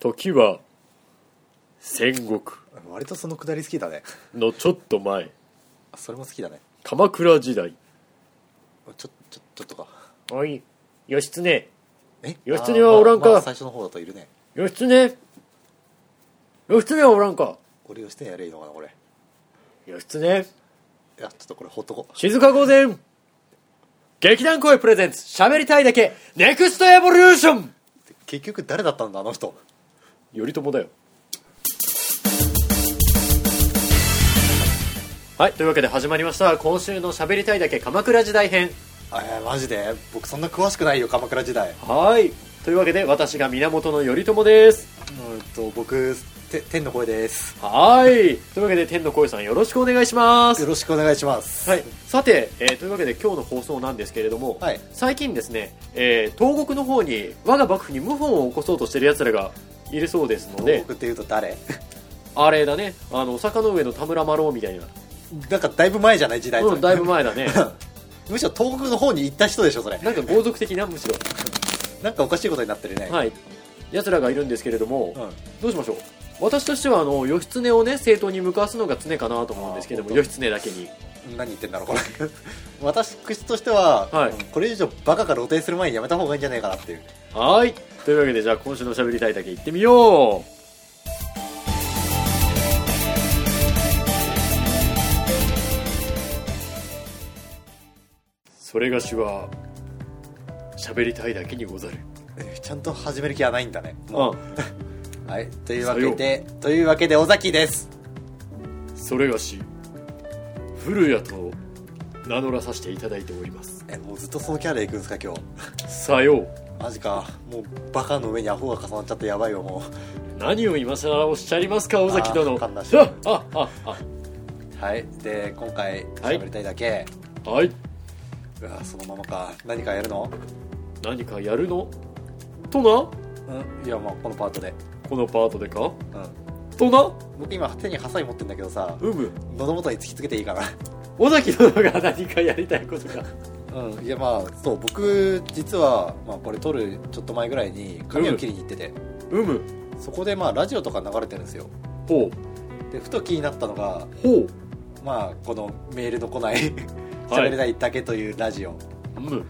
時は戦国割とそのくだり好きだねのちょっと前あそれも好きだね鎌倉時代ちょちょちょっとかおい義経え義経はおらんかあまあまあ最初の方だといるね義経義経はおらんか俺義経やれいいのかなこれい義経やちょっとこれほっとこう静か御前劇団声プレゼンツ喋りたいだけネクストエボリューション結局誰だったんだあの人頼朝だよはいというわけで始まりました今週の喋りたいだけ鎌倉時代編えマジで僕そんな詳しくないよ鎌倉時代うはいというわけで私が源頼朝ですーんと僕て天の声ですはいというわけで天の声さんよろしくお願いしまよすろしくお願いしますはい、さて、えーというわけで今日の放送なんですけれども、はい最近ですね、えー東国の方に我が幕府に謀反を起こそうとしてる奴らがいるそうですので僕っていうと誰 あれだねあの坂の上の田村麻呂みたいななんかだいぶ前じゃない時代それうんだいぶ前だ ねむしろ東北の方に行った人でしょそれなんか豪族的なむしろなんかおかしいことになってるねはい奴らがいるんですけれども、うんどうしましょう私としてはあの義経をね正当に向かわすのが常かなと思うんですけどもあー本当義経だけに何言ってんだろうこれ 私としては、はいうんこれ以上バカが露呈する前にやめた方がいいんじゃないかなっていうはいというわけでじゃあ今週のしゃべりたいだけ行ってみようそれがしはしゃべりたいだけにござるえちゃんと始める気はないんだねあはいというわけでというわけで尾崎ですそれがし古谷と名乗らさせていただいておりますえもうずっとそのキャラでいくんですか今日さようマジかもうバカの上にアホが重なっちゃってやばいよも何を今更おっしゃりますか尾崎殿あーわかんない ああああうはいで今回はい喋りたいだけ、あはいうわそのままか何かやるの何かやるのとうんいやまあこのパートでなこのパートでかうんとな僕今手にハサミ持ってんだけどさうむ喉元に突きつけていいかな尾崎殿が何かやりたいことがうん、いやまあそう僕実は、まあ、これ撮るちょっと前ぐらいに髪を切りに行ってて、うむそこでまあラジオとか流れてるんですよほでふと気になったのがうほまあこのメールの来ないはい喋れないだけというラジオ、うむ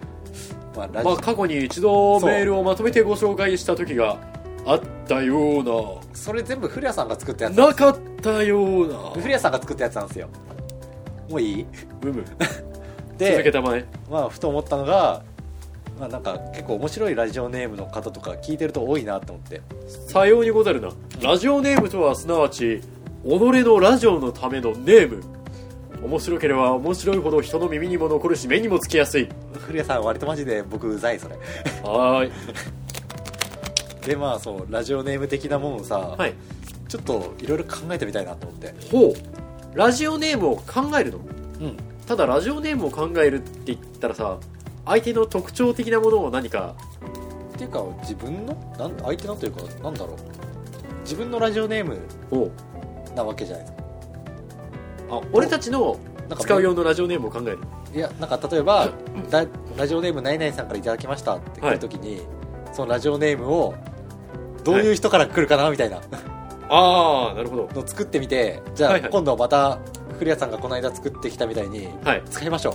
まあラジまオ、あ過去に一度そうメールをまとめてご紹介した時があったようそれ全部古谷さんが作ったやなつなんなですかったような古谷さんが作ったやつなんですよもういいうむ続けで、たまえまあ、ふと思ったのが、まあ、なんか結構面白いラジオネームの方とか聞いてると多いなと思ってさようにござるなラジオネームとはすなわち己のラジオのためのネーム面白ければ面白いほど人の耳にも残るし目にもつきやすい古谷さん割とマジで僕うざいそれはーいでまあそうラジオネーム的なものをさ、はいちょっといろいろ考えてみたいなと思ってほうラジオネームを考えるのうんただラジオネームを考えるって言ったらさ相手の特徴的なものを何かっていうか自分のなん相手のというかなんだろう自分のラジオネームをなわけじゃないですかあ俺たちのなんか使う用のラジオネームを考えるいやなんか例 えばだラジオネーム何々さんからいただきましたって来るときに、そのラジオネームをどういう人から来るかなみたいな ああなるほどのを作ってみてじゃあ、はいはい今度また古谷さんがこの間作ってきたみたいにはい使いましょ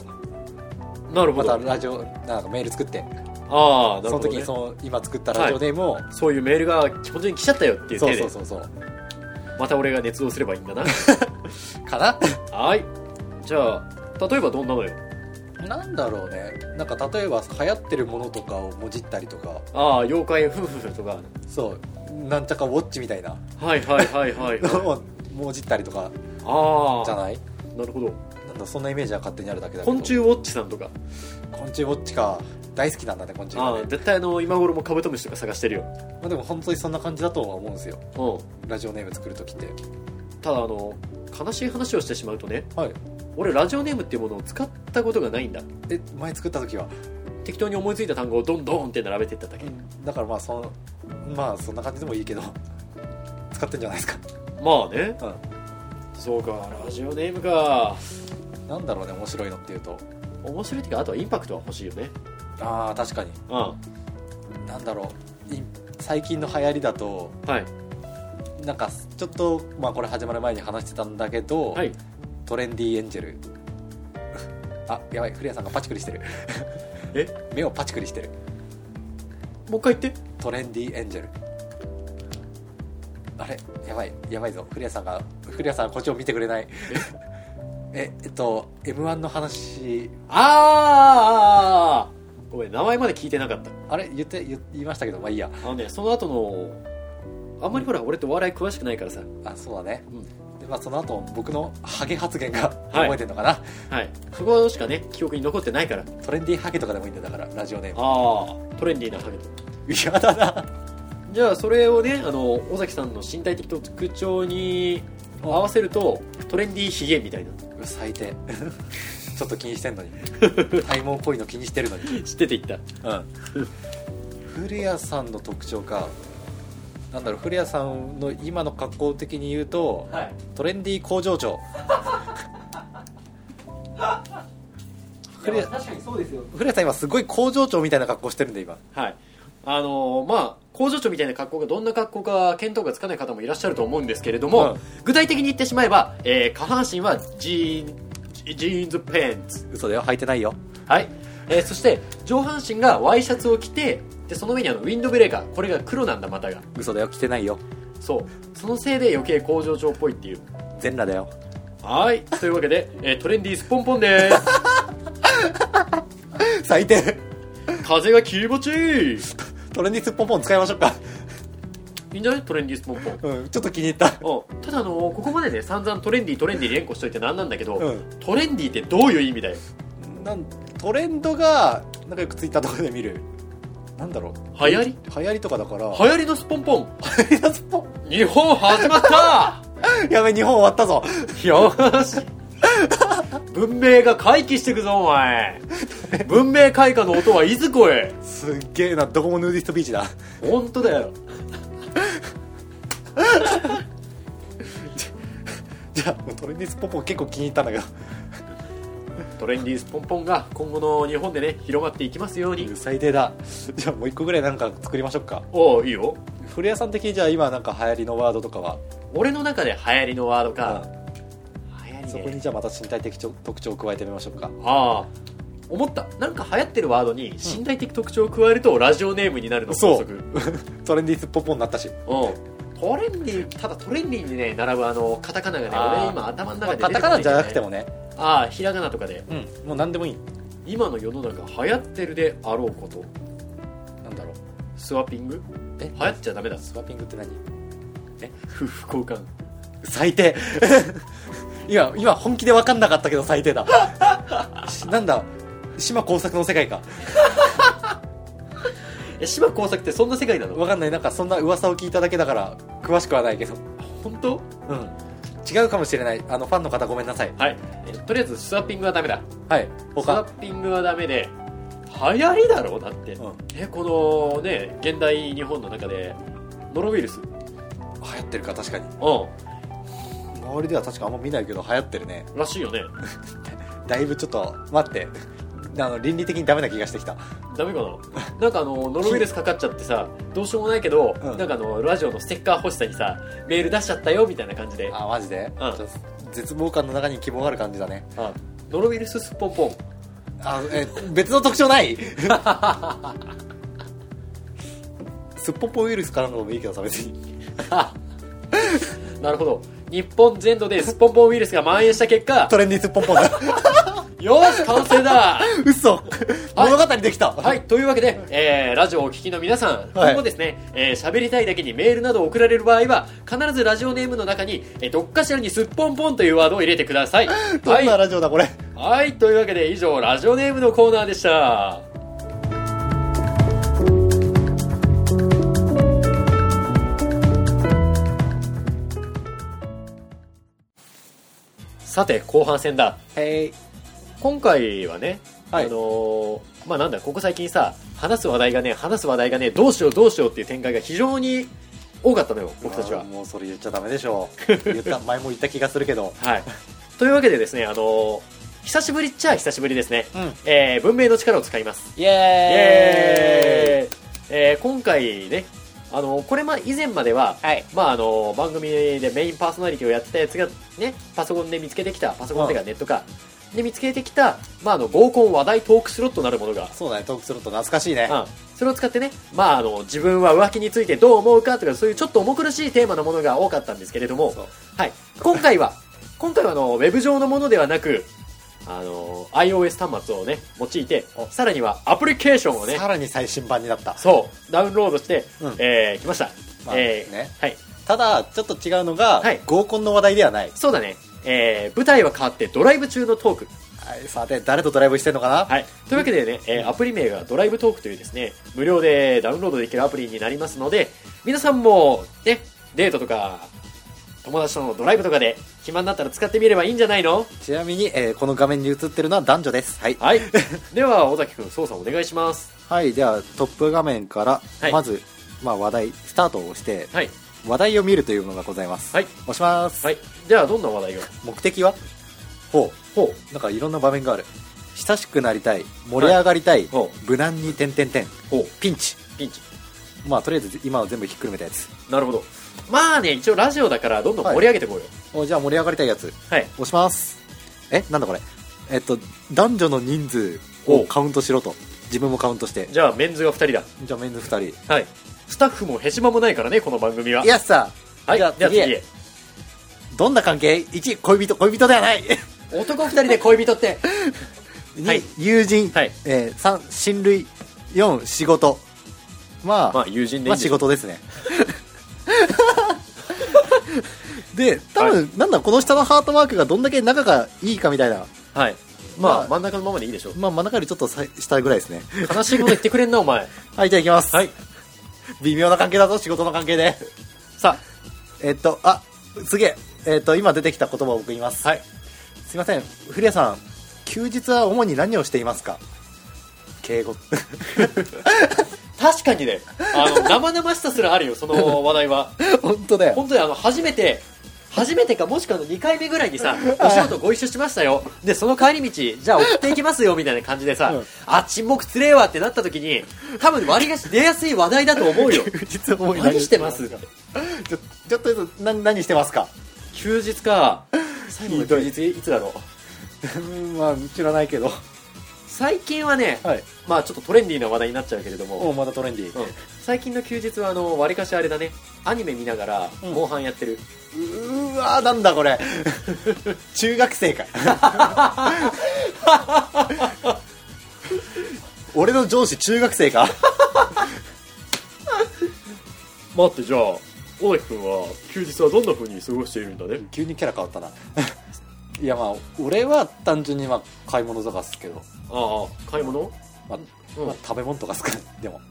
なるうほまどたあラジオなんかメール作って、あーなるほど、その時ね、にそその今作ったラジオネームを、ういうメールが基本的に来ちゃったよっていうそ手うでそうそうそうまた俺が捏造すればいいん だなかなはいじゃあ例えばどんなのよなんだろうねなんか例えば流行ってるものとかをもじったりとかああ妖怪夫婦とかそうなんちゃかウォッチみたいな はいはいはいはいのをもじったりとかあじゃあないなるほどなんだそんなイメージは勝手にあるだけだけど昆虫ウォッチさんとか昆虫ウォッチか大好きなんだね昆虫があねあ絶対あの今頃もカブトムシとか探してるよまあ、でも本当にそんな感じだとは思うんですようんラジオネーム作る時ってただあの悲しい話をしてしまうとねはい俺ラジオネームっていうものを使ったことがないんだえ前作った時は適当に思いついた単語をどんどんって並べていっただけ、だからまあそのまあそんな感じでもいいけど使ってんじゃないですかまあねそうかラジオネームかなんだろうね面白いのっていうと面白いっていうかあとはインパクトは欲しいよねああ確かにうんなんだろうイン最近の流行りだとはいなんかちょっと、まあ、これ始まる前に話してたんだけど、はいトレンディエンジェルあやばい古谷さんがパチクリしてるえ目をパチクリしてるもう一回言ってトレンディエンジェルあれやばいやばいぞ古谷さんが古谷さんはこっちを見てくれないええっと m 1の話あーごめん名前まで聞いてなかったあれ言って言言いましたけどまあいいやあのねその後のあんまりほら俺ってお笑い詳しくないからさあそうだね、うでまあ、その後僕のハゲ発言がはい覚えてるのかな、はいそこしかね記憶に残ってないからトレンディハゲとかでもいいんだよだからラジオネームああトレンディーなハゲと嫌だなじゃあそれをねあの尾崎さんの身体的特徴に合わせるとトレンディーヒゲみたいな最 低ちょっと気にしてんの に体毛っぽいの気にしてるのに、知ってて言った古谷さんの特徴かなんだろう古谷さんの今の格好的に言うとはいトレンディ工場長古谷確かにそうですよ古谷さん今すごい工場長みたいな格好してるんで今はいあのーまあ工場長みたいな格好がどんな格好か見当がつかない方もいらっしゃると思うんですけれども、うん具体的に言ってしまえば、えー下半身はジーンジジーンズペンツ嘘だよ履いてないよはい、えーそして上半身がワイシャツを着てでその上にあのウィンドブレーカーこれが黒なんだまたが嘘だよ着てないよそうそのせいで余計工場長っぽいっていう全裸だよはいというわけで、えートレンディースポンポンです最低風が気持ちいいトレンディスポンポン使いましょうか、いいんじゃないトレンディースポンポンうん、ちょっと気に入ったうんただあのここまでね散々トレンディートレンディー連呼しといてなんなんだけど、うトレンディーってどういう意味だよなんトレンドがなんかよくツイッターとかで見るなんだろう流行り流行りとかだから流行りのスポンポン流行りスポ日本始まった やべ日本終わったぞよーし文明が回帰してくぞお前文明開化の音はいずこへすっげえなどこもヌーディストビーチだ 本当だよじゃあもうトレンディスポンポン結構気に入ったんだけどトレンディースポンポンが今後の日本でね広まっていきますように最低だじゃあもう一個ぐらいなんか作りましょうかおおいいよ古谷さん的にじゃあ今なんか流行りのワードとかは俺の中で流行りのワードか、流行りねそこにじゃあまた身体的特徴を加えてみましょうかああ思ったなんか流行ってるワードに身体的特徴を加えるとラジオネームになるのそう法則うんトレンディスポンポンになったしトレンディただトレンディにね並ぶあのカタカナがねあー俺今頭のま中あで出カてタこカナじゃなくんてだよねもねああひらがなとかでうんもう何でもいい今の世の中流行ってるであろうことなんだろうスワッピングえ流行っちゃダメだスワッピングって何夫婦交換最低 今今本気で分かんなかったけど最低だ しなんだ島工作の世界かえ島耕作ってそんな世界なの分かんないなんかそんな噂を聞いただけだから詳しくはないけど本当うん違うかもしれないあのファンの方ごめんなさいはいえとりあえずスワッピングはダメだはいスワ他ッピングはダメで流行りだろうだって、うん流えこのね現代日本の中でノロウイルスうん行ってるか確かに周りでは確かあんま見ないけど流行ってるねらしいよねだいぶちょっと待ってあの倫理的にダメな気がしてきたダメかななんかあのノロウイルスかかっちゃってさどうしようもないけど、うんなんかあのラジオのステッカー欲しさにさメール出しちゃったよみたいな感じであマジで、うんちょっと絶望感の中に希望がある感じだねあノロウイルススポンポン あえ別の特徴ない すっぽんぽんウイルスからのもいいけどさ別になるほど日本全土でスポンポンウイルスが蔓延した結果 トレンディーすっぽんぽんだよーし完成だ 嘘 物語できたはいいというわけで、えーラジオをお聞きの皆さん、はい今後ですね喋、えー喋りたいだけにメールなどを送られる場合は必ずラジオネームの中に、えーどっかしらにすっぽんぽんというワードを入れてください どはんいなラジオだこれ、はい、というわけで以上、ラジオネームのコーナーでした。さて、後半戦だ。へい今回はね、はいあのーまあなんだ、ここ最近さ、話す話題がね、話す話題がね、どうしようどうしようっていう展開が非常に多かったのよ、僕たちは。もうそれ言っちゃダメでしょ 言った前も言った気がするけどはい。というわけでですね、あのー久しぶりっちゃ久しぶりですね。うんえー文明の力を使います。イイエーイエーイえー今回ねあのこれま以前までは、はいまあ、あの番組でメインパーソナリティをやってたやつが、ね、パソコンで見つけてきたパソコンというかネットか、で見つけてきた、まあ、あの合コン話題トークスロットなるものが、そうだねトークスロット懐かしいねうん、それを使ってね、まあ、あの自分は浮気についてどう思うかとかそういうちょっと重苦しいテーマのものが多かったんですけれどもそう、はい、今回は 今回はあのウェブ上のものではなくあの iOS 端末をね用いておさらにはアプリケーションをねさらに最新版になったそうダウンロードして、うんえー来ました、まあえーねはい、ただちょっと違うのが、はい合コンの話題ではない、そうだね、えー舞台は変わってドライブ中のトーク、はい、さて誰とドライブしてんのかな、はい、というわけでね、えーアプリ名がドライブトークというですね無料でダウンロードできるアプリになりますので皆さんも、ね、デートとか友達とのドライブとかで暇になったら使ってみればいいんじゃないのちなみに、えーこの画面に映ってるのは男女ですはい、 はいでは尾崎君操作お願いしますはい、ではトップ画面から、はいまず、まあ、話題スタートを押して、はい話題を見るというものがございます、はい押します、はいではどんな話題が目的はほうほなんかいろんな場面がある親しくなりたい盛り上がりたい、ほ無難に点々点うほピンチうピンチまあとりあえず今は全部ひっくるめたやつなるほどまあね一応ラジオだからどんどん盛り上げてこうよおじゃあ盛り上がりたいやつはい、押しますえなんだこれえっと男女の人数をカウントしろと自分もカウントしてじゃあメンズが2人だじゃあメンズ2人はいスタッフもへしまもないからねこの番組はいやさはいじゃあでは次次へへどんな関係 ?1 恋人恋人ではない男2人で恋人って2、はい友人、はいえー3親類4仕事まあ、まあ友人でいいんでまあす仕事ですね で多分、なんだこの下のハートマークがどんだけ仲がいいかみたいなはいまあ、まあ真ん中のままでいいでしょうまあ真ん中よりちょっとさ下ぐらいですね悲しいこと言ってくれんなお前はいじゃあいきます、はい微妙な関係だぞ仕事の関係で さえっとあすげええっと今出てきた言葉を僕言いますあはいすいません古谷さん休日は主に何をしていますか敬語 確かにねあの生々しさすらあるよその話題 は本当だよ本当にあの初めて初めてかもしくは2回目ぐらいにさお仕事ご一緒しましたよでその帰り道じゃあ送っていきますよみたいな感じでさ、うんあ沈黙つれえわってなった時に多分割り出し出やすい話題だと思う よ実は主に何してますって ちょちょっとずつ何何してますか休日か最後の休日いつだろううんまあ知らないけど最近はね、はいまあちょっとトレンディーな話題になっちゃうけれども、おまだトレンディうん最近の休日はあの割かしあれだねアニメ見ながらうんモンハンやってる、うーわーなんだこれ 中学生か 俺の上司中学生か待ってじゃあ尾崎君は休日はどんな風に過ごしているんだね急にキャラ変わったな いやまあ俺は単純にまあ買い物とかっすけど、ああ買い物まあうんまあ食べ物とかっすか でも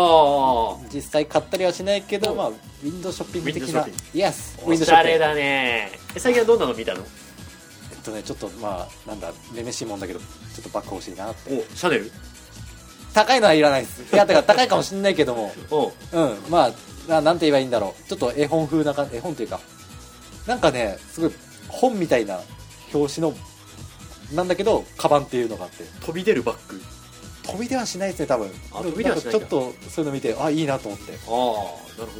ああ実際買ったりはしないけど、うんまあウィンドウショッピング的ウィンドウなショッイエスおしゃれだねえ最近はどんなの見たのえっとねちょっとまあなんだめめしいもんだけどちょっとバッグ欲しいなっておシャネル高いのはいらないですいやだから高いかもしんないけどもうんうんまあななんて言えばいいんだろうちょっと絵本風なか絵本というかなんかねすごい本みたいな表紙のなんだけどカバンっていうのがあって飛び出るバッグ飛び出はしないですね多分あ飛び出はしないんだんかちょっとそういうの見てあいいなと思ってああなる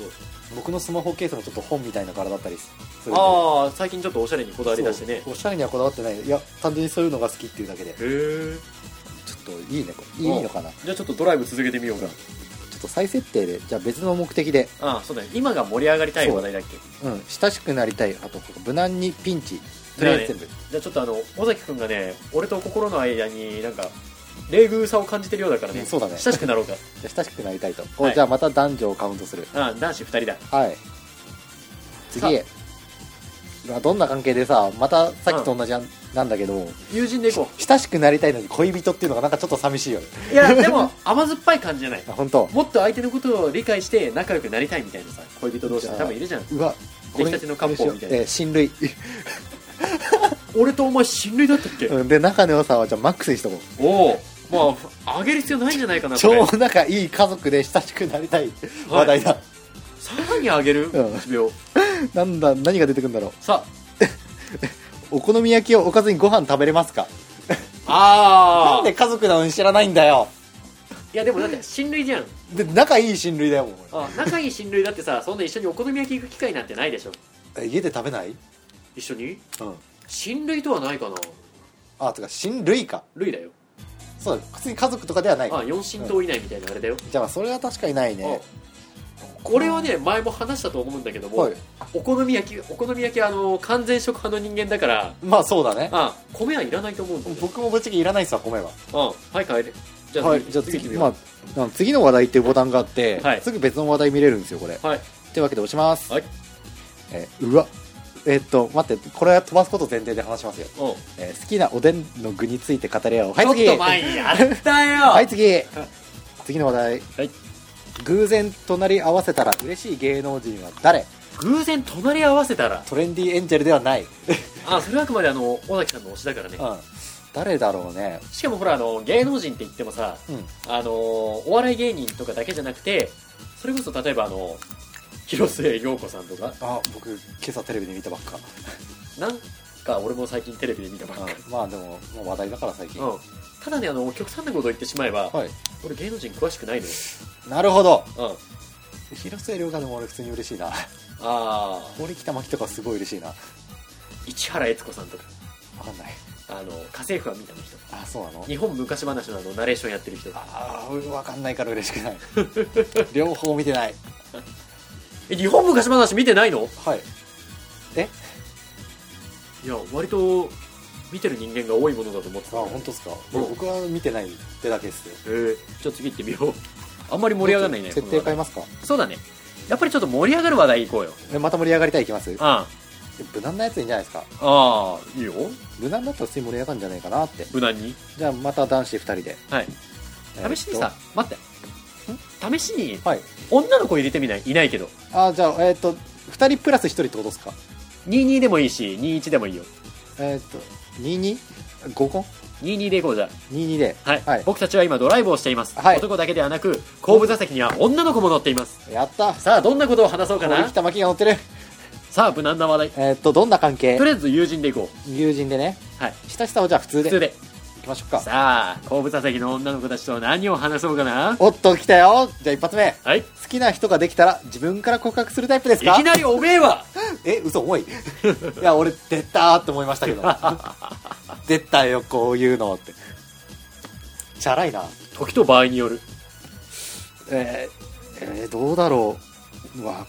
僕のスマホケースもちょっと本みたいな柄だったりするんでほどああ最近ちょっとおしゃれにこだわり出してねへそうおしゃれにはこだわってないいや単純にそういうのが好きっていうだけでちょえっといいねこれいいのかなちじゃあちょっとドライブ続けてみようかょっと再設定でじゃあ別の目的で、ああそうだね今が盛り上がりたい話題だっけうん、親しくなりたいあと無難にピンチとりあえず全部、じゃあちょっとあの尾崎君がね俺と心の間になんか冷遇さを感じてるようだからねうんそうだね親しくなろう かじゃあ親しくなりたいと、はいおじゃあまた男女をカウントするああ男子2人だはい次へうわどんな関係でさまたさっきと同じなんなんだけど、友人で行こ親しくなりたいのに恋人っていうのがなんかちょっと寂しいよね ういやでも甘酸っぱい感じじゃないあ本当。もっと相手のことを理解して仲良くなりたいみたいなさ恋人同士で多分いるじゃんうわ出来たての漢方みたいなえー親類俺とお前親類だったっけ、うんで仲の良さはじゃあマックスにしとこうおおまああげる必要ないんじゃないかなこれ超仲いい家族で親しくなりたい話題だ、さらにあげるうん1秒なんだ何が出てくるんだろうさお好み焼きをおかずにご飯食べれますかああなんで家族なのに知らないんだよいやでもだって親類じゃんで仲いい親類だよもうこあ仲いい親類だってさそんな一緒にお好み焼き行く機会なんてないでしょれえ家で食べない一緒にうん親類とはないかなあてか親類か類だよそうだ普通に家族とかではないあ四親等以内みたいなあれだよ、じゃあまあそれは確かにないねあこれはね前も話したと思うんだけども、はいお好み焼きお好み焼きはあの完全食派の人間だからまあそうだねあ米はいらないと思うんだよね僕もぶっちゃけいらないっすわ米はあはい帰れじゃあ、はいじゃあ次はまああの次の話題っていうボタンがあって、はいすぐ別の話題見れるんですよこれはいというわけで押します、はいえーうわえーっと待ってこれは飛ばすこと前提で話しますよ、うんえー好きなおでんの具について語り合おうはいち次ょっと前にやったよ はい次 次の話題、はい偶然隣り合わせたら嬉しい芸能人は誰偶然隣り合わせたらトレンディエンジェルではない、あそれはあくまであの尾崎さんの推しだからねうん、誰だろうねしかもほらあの芸能人って言ってもさうんあのお笑い芸人とかだけじゃなくてそれこそ例えばあの広末涼子さんとかあ僕今朝テレビで見たばっか、なんか俺も最近テレビで見たばっかり、うん、まあでも、まあ、話題だから最近、うん、ただねあの極端なことを言ってしまえば、はい俺芸能人詳しくないのよ、なるほどうん、広末涼香でも俺普通に嬉しいなああ堀北真希とかすごい嬉しいな市原悦子さんとかわかんないあの家政婦は見たの人あそうなの日本昔話のあのナレーションやってる人ああわかんないから嬉しくない 両方見てないえ日本昔話見てないのはいいや割と見てる人間が多いものだと思ってあた本当ですか、いや僕は見てないってだけですよえー、じゃあ次行ってみようあんまり盛り上がらないね設この定話題変えますかそうだねやっぱりちょっと盛り上がる話題行こうよえまた盛り上がりたいいきますあ無難なやついいんじゃないですかあああいいよ無難だったらつい盛り上がるんじゃないかなって無難にじゃあまた男子2人ではいえーっと試しにさ、待って試しにはい女の子入れてみないいないけどあじゃあえーっと2人プラス1人ってことですか22でもいいし21でもいいよえーっと 22?5 個22でいこうじゃ ?22 でははい、僕たちは今ドライブをしています、はい男だけではなく後部座席には女の子も乗っていますやったさあどんなことを話そうか堀な北真希が乗ってるさあ無難な話題えーっとどんな関係とりあえず友人でいこ友人でねうはい親しさをじゃあ普通普で通でいきましょうかさあ後部座席の女の子たちと何を話そうかなおっと来たよじゃあ一発目はいい好きな人ができたら自分から告白するタイプですかきなりおめえはえ嘘重いいや俺出たーって思いましたけど出たよこういうのってチャラいな時と場合によるえー、えーどうだろううわ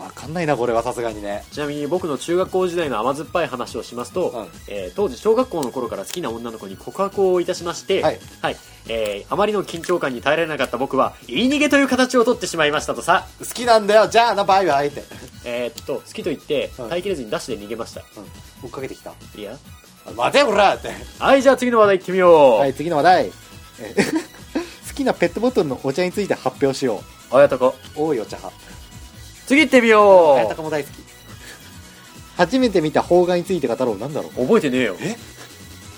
わかんないなこれはさすがにねちなみに僕の中学校時代の甘酸っぱい話をしますと、うんえー当時小学校の頃から好きな女の子に告白をいたしまして、はいえーあまりの緊張感に耐えられなかった僕は言い逃げという形を取ってしまいましたとさ、好きなんだよじゃあなバイバイってえーっと好きと言ってうん耐えきれずにダッシュで逃げました、追っかけてきたいや待てこらってはいじゃあ次の話題行ってみよう、はい次の話題えー 好きなペットボトルのお茶について発表しよ親と子う多いお茶派次行ってみあやよたかも大好き初めて見た邦画について語ろうなんだろうう覚えてねえよえ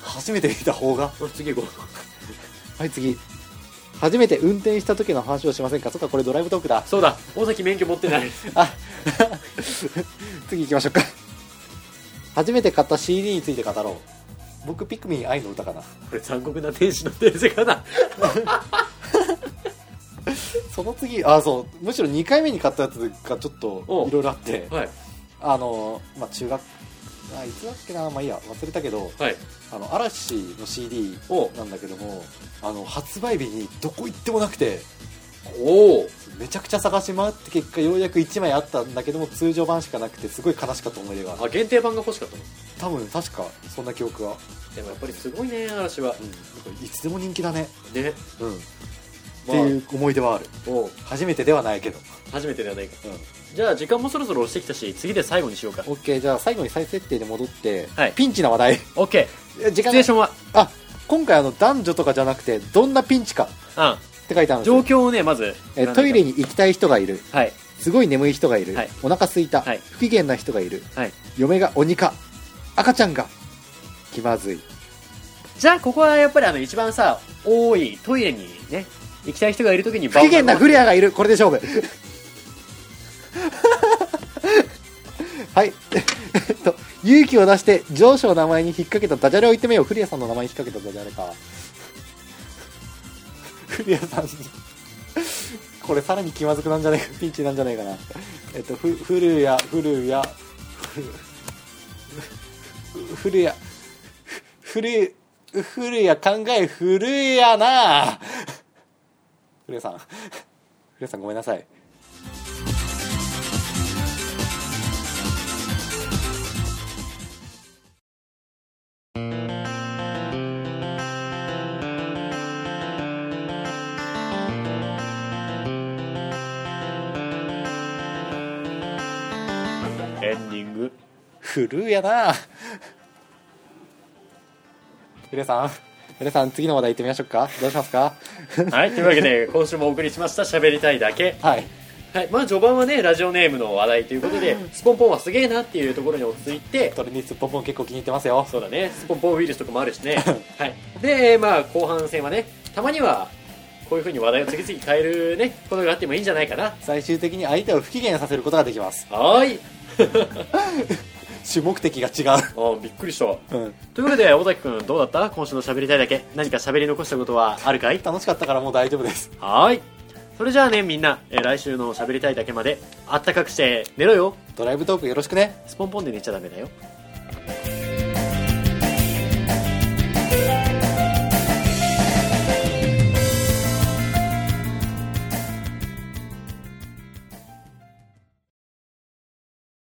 初めて見た邦画次行こはい次初めて運転した時の話をしませんかそっかこれドライブトークだうそうだ大崎免許持ってないあ 次行きましょうか初めて買った CD について語ろう僕ピクミン愛の歌かなこれ残酷な天使の天使かなその次あそうむしろ2回目に買ったやつがちょっとおういろいろあってはいあのまあ中学あいつだっけなまあいいや忘れたけどはいあの嵐の CD おなんだけどもあの発売日にどこ行ってもなくておおめちゃくちゃ探し回って結果ようやく1枚あったんだけども通常版しかなくてすごい悲しかった思い出があ限定版が欲しかったの多分確かそんな記憶は、でもやっぱりすごいね嵐はうん、なんかいつでも人気だね、ねうんっまてあいう思い出はあるおう初めてではないけど、初めてではないかうん、じゃあ時間もそろそろ押してきたし次で最後にしようか OK じゃあ最後に再設定に戻って、はいピンチな話題 OK え時シチュエ間がーションはあ今回あの男女とかじゃなくてどんなピンチかうって書いてあるんんですよ状況をねまずえトイレに行きたい人がいるはいすごい眠い人がいる、はいお腹すいた、はい不機嫌な人がいるはい嫁が鬼か赤ちゃんが気まずいじゃあここはやっぱりあの一番さ多いトイレにね行きたい人がいるときに不機嫌な場をフレアがいるこれで勝負はいえっと勇気を出して上司の名前に引っ掛けたダジャレを言ってみようフリアさんの名前に引っ掛けたダジャレかクリアさんにこれさらに気まずくなんじゃないかピンチなんじゃないかなえっとふ古谷古谷ふ古谷古古古谷考え古谷な古谷さん古 谷さんごめんなさいエンディング古谷な古谷さん古谷さん次の話題行ってみましょうかどうしますか はいというわけで今週もお送りしました「喋りたいだけ」はいはいまあ序盤はねラジオネームの話題ということでスポンポンはすげえなっていうところに落ち着いてトレニスポンポン結構気に入ってますよそうだねスポンポンウイルスとかもあるしねはいでまあ後半戦はねたまにはこういうふうに話題を次々変えるねことがあってもいいんじゃないかな最終的に相手を不機嫌させることができますはーい主目的が違あーびっくりしたう、うん、というわけで尾崎君どうだった今週の喋りたいだけ何か喋り残したことはあるかい楽しかったからもう大丈夫ですはーいそれじゃあねみんな、えー来週の喋りたいだけまであったかくして寝ろよドライブトークよろしくねスポンポンで寝ちゃダメだよ